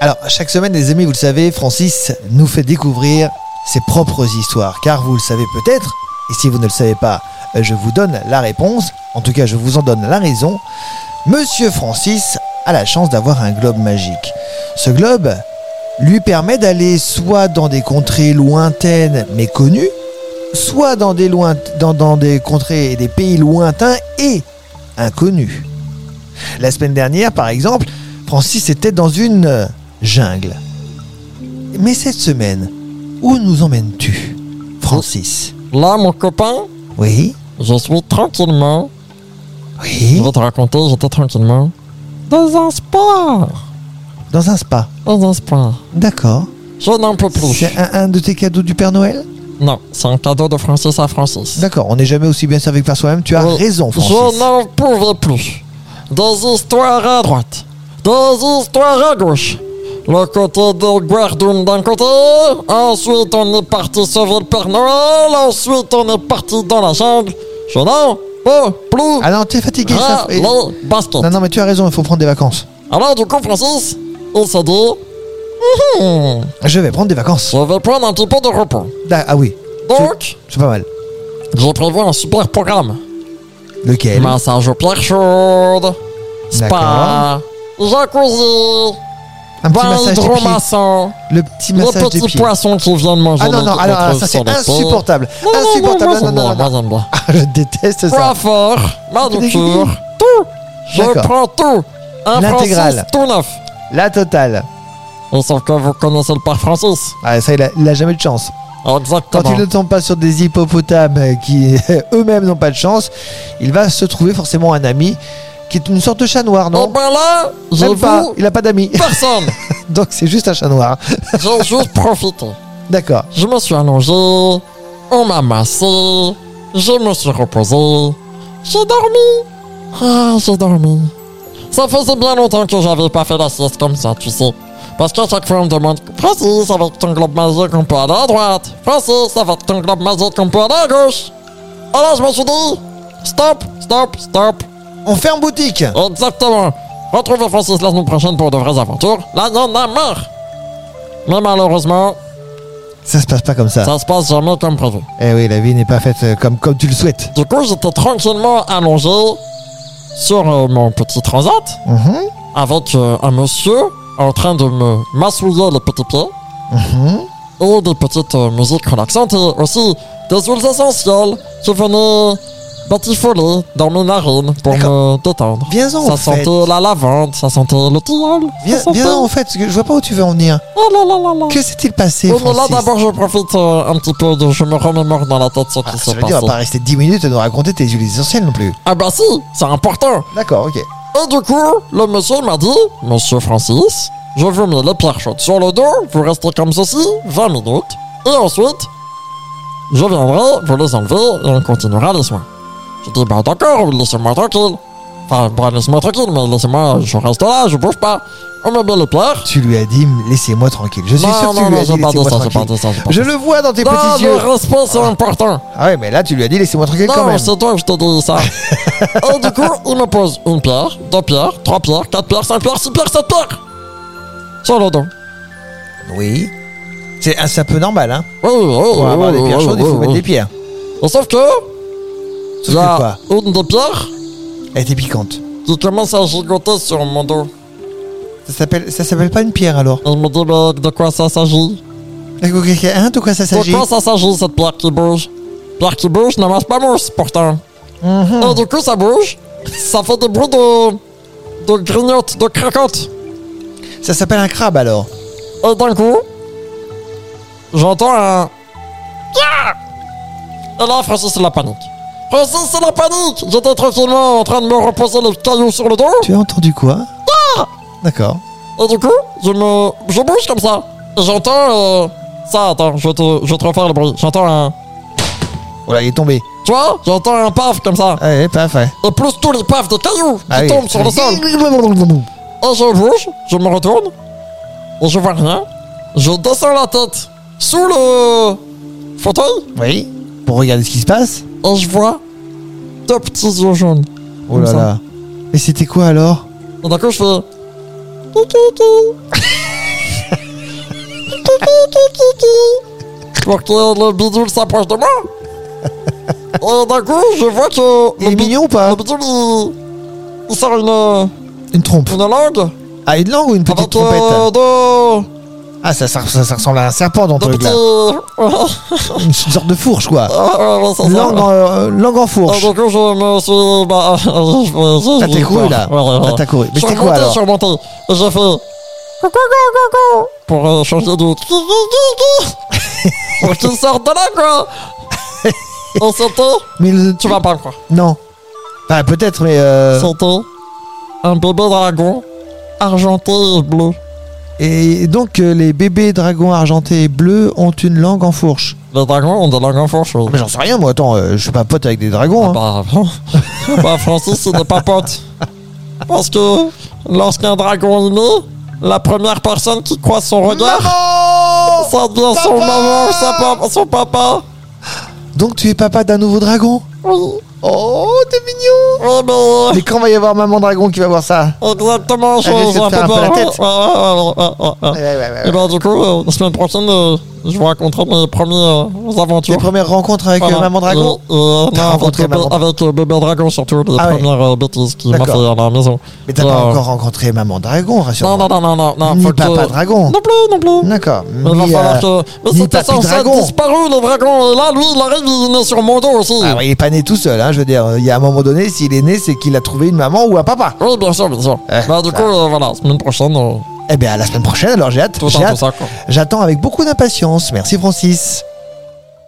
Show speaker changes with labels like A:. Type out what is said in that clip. A: Alors, chaque semaine, les amis, vous le savez, Francis nous fait découvrir ses propres histoires. Car vous le savez peut-être, et si vous ne le savez pas, euh, je vous donne la réponse. En tout cas, je vous en donne la raison. Monsieur Francis a la chance d'avoir un globe magique. Ce globe lui permet d'aller soit dans des contrées lointaines mais connues, soit dans des, loint- dans, dans des contrées et des pays lointains et inconnus. La semaine dernière, par exemple, Francis était dans une euh, jungle. Mais cette semaine, où nous emmènes-tu, Francis
B: Là, mon copain,
A: Oui
B: je suis tranquillement, je
A: Oui
B: vais te raconter, j'étais tranquillement dans un sport.
A: Dans un spa.
B: Dans un sport.
A: D'accord.
B: Je n'en peux plus.
A: C'est un, un de tes cadeaux du Père Noël
B: Non, c'est un cadeau de Francis à Francis.
A: D'accord, on n'est jamais aussi bien servi que par soi-même. Tu as
B: Euh,
A: raison,
B: Je
A: Francis.
B: n'en pouvais plus. Des histoires à droite, des histoires à gauche. Le côté de Guardoum d'un côté, ensuite on est parti sauver le Père Noël, ensuite on est parti dans la jungle. Je n'en peux plus.
A: Ah non, t'es fatigué.
B: Ah,
A: ça- et-
B: le basket.
A: Non, non, mais tu as raison, il faut prendre des vacances.
B: Alors du coup, Francis, il s'est dit, Hum,
A: Je vais prendre des vacances.
B: je vais prendre un petit peu de repos.
A: Da- Ah oui,
B: Donc,
A: c'est pas mal.
B: j'ai prévu un super programme.
A: Lequel
B: Massage aux pierres chaudes, spa, jacuzzi,
A: Un petit
B: bain
A: massage des pieds.
B: hydromassant,
A: Le petit
B: les
A: massage des
B: petits
A: pieds.
B: poissons qui viennent manger
A: Ah non,
B: les-
A: non,
B: les
A: alors
B: trucs
A: ça
B: sur
A: c'est
B: les pieds.
A: insupportable.
B: Non, non, non,
A: Insupportable.
B: moi,
A: Non, non, non,
B: j'aime bien,
A: non.
B: moi, j'aime bien.
A: Ah, je déteste ça. Ah,
B: Coiffeur, manucure, tout. Je
A: D'accord.
B: prends tout. Un
A: L'intégrale.
B: Francis tout neuf.
A: La totale.
B: Et sauf que vous connaissez le père Francis.
A: Ah, ça, il a, il a jamais de chance. Quand
B: Exactement.
A: il ne tombe pas sur des hippopotames euh, qui eux-mêmes n'ont pas de chance, il va se trouver forcément un ami qui est une sorte de chat noir,
B: Et
A: non
B: ben là, j'ai
A: Même pas,
B: vu
A: il n'a pas d'amis.
B: personne.
A: Donc c'est juste un chat noir.
B: J'ai juste profité.
A: D'accord.
B: Je me suis allongé, on m'a massé, je me suis reposé, j'ai dormi. Ah, j'ai dormi. Ça faisait bien longtemps que j'avais pas fait la sieste comme ça, tu sais. Parce qu'à chaque fois, on me demande Francis, avec ton globe magique, on peut aller à droite. Francis, avec ton globe magique, on peut aller à gauche. Alors, je me suis dit Stop, stop, stop.
A: On ferme boutique.
B: Oh. Exactement. Retrouvez Francis la semaine prochaine pour de vraies aventures. Là, on a marre. Mais malheureusement,
A: Ça se passe pas comme ça.
B: ça se passe jamais comme prévu.
A: Eh oui, la vie n'est pas faite euh, comme, comme tu le souhaites.
B: Du coup, j'étais tranquillement allongé sur euh, mon petit transat
A: Mhm,
B: avec euh, un monsieur en train de me massouiller les petits pieds
A: mhm.
B: et des petites euh, musiques relaxantes et aussi des huiles essentielles qui venaient batifoler dans mes narines pour me détendre.
A: Viens-en,
B: Ça
A: en fait.
B: sentait la lavande, ça sentait le tilleul.
A: Viens,
B: ça sentait-
A: viens, en fait, parce que je vois pas où tu veux en venir.
B: Oh là là là là.
A: Que s'est-il passé,
B: Oh, mais là,
A: Francis
B: d'abord, je profite euh, un petit peu de. Je me remémore dans la tête ce
A: Ah,
B: qui
A: Ça
B: s'est
A: veut dire, on
B: passé.
A: va pas rester 10 minutes à nous raconter tes huiles essentielles non plus.
B: Ah bah si, c'est important.
A: D'accord, ok.
B: Et du coup, le monsieur m'a dit Monsieur Francis, je vous mets les pierres chaudes sur le dos, vous restez comme ceci 20 minutes, et ensuite, je viendrai vous les enlever et on continuera les soins. Je dis Bah d'accord, laissez-moi tranquille. Enfin, bah laissez-moi tranquille, mais laissez-moi, je reste là, je bouge pas. On me met les pierres.
A: Tu lui as dit, laissez-moi tranquille. Je suis sûr
B: Non,
A: que tu
B: non,
A: lui as
B: non,
A: dit,
B: j'ai pas dit
A: laissez-moi
B: ça, j'ai pas
A: tranquille.
B: dit ça, j'ai pas dit
A: Je
B: ça.
A: le vois dans tes
B: Non,
A: petits
B: le
A: yeux.
B: respect, c'est important.
A: Ah ouais, mais là, tu lui as dit, laissez-moi tranquille quand
B: Non,
A: même.
B: c'est toi que je te dis ça. et du coup, il me pose une pierre, deux pierres, trois pierres, quatre pierres, cinq pierres, six pierres, sept pierres. Sur le dos.
A: Oui. C'est un c'est un peu normal, hein.
B: Oui, oui, oui,
A: Pour
B: oui,
A: avoir des
B: oui,
A: pierres
B: oui,
A: chaudes, il
B: oui,
A: faut
B: oui.
A: mettre des pierres.
B: Et Sauf que,
A: Sauf
B: il y
A: que
B: a
A: quoi
B: une des pierres
A: Elle était piquante.
B: qui commence à gigoter sur mon dos.
A: Ça s'appelle, ça s'appelle pas une pierre alors
B: Et je me dit, mais de quoi ça s'agit
A: D'accord, ok, ok. Hein, de quoi ça
B: De
A: s'agit
B: quoi ça s'agit, cette pierre qui bouge Pierre qui bouge ne marche pas mousse, pourtant.
A: Mhm.
B: Et du coup, ça bouge, ça fait des bruits de. de grignotes, de craquotes.
A: Ça s'appelle un crabe alors.
B: Et d'un Oh, coup, j'entends un. Et là, Francis, c'est la panique. Francis, c'est la panique J'étais tranquillement en train de me reposer les cailloux sur le dos.
A: Tu as entendu quoi
B: Ah
A: D'accord.
B: Et du coup, je me. Je bouge comme ça. Et J'entends. euh, Ça, attends, je vais, te... je vais te refaire le bruit. J'entends un.
A: Oh là, il est tombé.
B: Tu vois J'entends un paf comme ça.
A: Allez, paf, ouais.
B: Et plus tous les paf des cailloux qui
A: Ah oui.
B: tombent sur le sol. Et je bouge, je me retourne. Et je vois rien. Je descends la tête sous le. fauteuil.
A: Oui. Pour regarder ce qui se passe.
B: Et je vois. deux petits yeux jaunes.
A: Oh là
B: Comme ça.
A: là. Et c'était quoi alors
B: Et d'un coup, je fais. pour que le bidule s'approche de moi. Et d'un coup, je vois que.
A: Il est
B: bi-
A: mignon hein. ou pas
B: Le bidule, il, il sort une, euh,
A: Une trompe.
B: une langue
A: Ah, une langue ou une petite
B: avec
A: trompette
B: euh, deux,
A: Ah, ça, ça- ça- ça ressemble à un serpent dans ton
B: deux
A: truc là.
B: petits.
A: Une sorte de fourche quoi.
B: Ah, ouais, ouais, c'est ça.
A: Langue en, euh, langue en
B: Et
A: fourche.
B: du coup, je me suis. Bah, je, je,
A: T'as
B: j'ai eu
A: couru
B: peur.
A: là.
B: Ouais, ouais, ouais.
A: Ah, T'as couru. Mais
B: je suis
A: c'était quoi
B: remonté, je
A: alors
B: suis remonté. Et j'ai fait. Coucou, coucou, coucou. Pour euh, changer de. Pour qu'il sorte de là, quoi. On s'entend
A: Mais le-
B: Tu vas pas, quoi.
A: Non. Enfin, peut-être, mais. euh,
B: C'était un bébé dragon argenté et bleu.
A: Et donc, euh, les bébés dragons argentés et bleus ont une langue en fourche.
B: Les dragons ont des langues en fourche. oui.
A: Mais j'en sais rien, moi. Attends, euh, je suis pas pote avec des dragons. hein.
B: Bah, bah, Francis, il n'est pas pote. Parce que lorsqu'un dragon est né, la première personne qui croise son
A: bah,
B: regard,
A: Maman
B: Oh, ça devient son
A: Papa
B: maman, sa pa- son papa.
A: donc, tu es papa d'un nouveau dragon
B: Oui,
A: Oh, t'es mignon
B: oui, mais- euh,
A: Mais quand va y avoir maman dragon qui va voir ça
B: Exactement, je
A: Elle risque de
B: j'ai un peu
A: faire un peu la
B: peur.
A: tête. Euh,
B: Ouais, ouais, ouais, ouais, ouais, ouais.
A: Ouais, ouais, ouais,
B: Et
A: ouais.
B: bah, du coup, euh, la semaine prochaine, euh, je vous raconterai mes premières euh, aventures.
A: Les premières rencontres avec euh,
B: Voilà.
A: maman dragon
B: Euh, euh,
A: T'as
B: non, avec,
A: rencontré
B: le bé-
A: Maman Dragon.
B: avec le bébé dragon, surtout, les
A: Ah ouais.
B: premières euh, bêtises qu'il m'a fait
A: D'accord.
B: à la maison.
A: Mais t'as
B: Euh,
A: pas encore rencontré maman dragon,
B: Non,
A: rassure-moi.
B: non, non, non, non, non.
A: Ni
B: faut que-
A: papa dragon.
B: Non plus, non plus.
A: D'accord.
B: Mais il va
A: Ni,
B: falloir
A: euh,
B: que. Mais
A: ni
B: c'était
A: papy
B: censé être
A: dragon.
B: disparu, le dragon. Et là, lui, il arrive, il est sur mon dos aussi.
A: Ah ouais, il est pas né tout seul, hein, je veux dire. Il y a un moment donné, s'il est né, c'est qu'il a trouvé une maman ou un papa.
B: Oui, bien sûr, bien sûr.
A: Eh,
B: bah, du
A: ça.
B: coup, euh, voilà, semaine prochaine, euh,
A: Eh bien, à la semaine prochaine, alors j'ai hâte.
B: tout
A: j'ai
B: ça, tout
A: hâte.
B: ça, quoi.
A: J'attends avec beaucoup d'impatience. Merci Francis.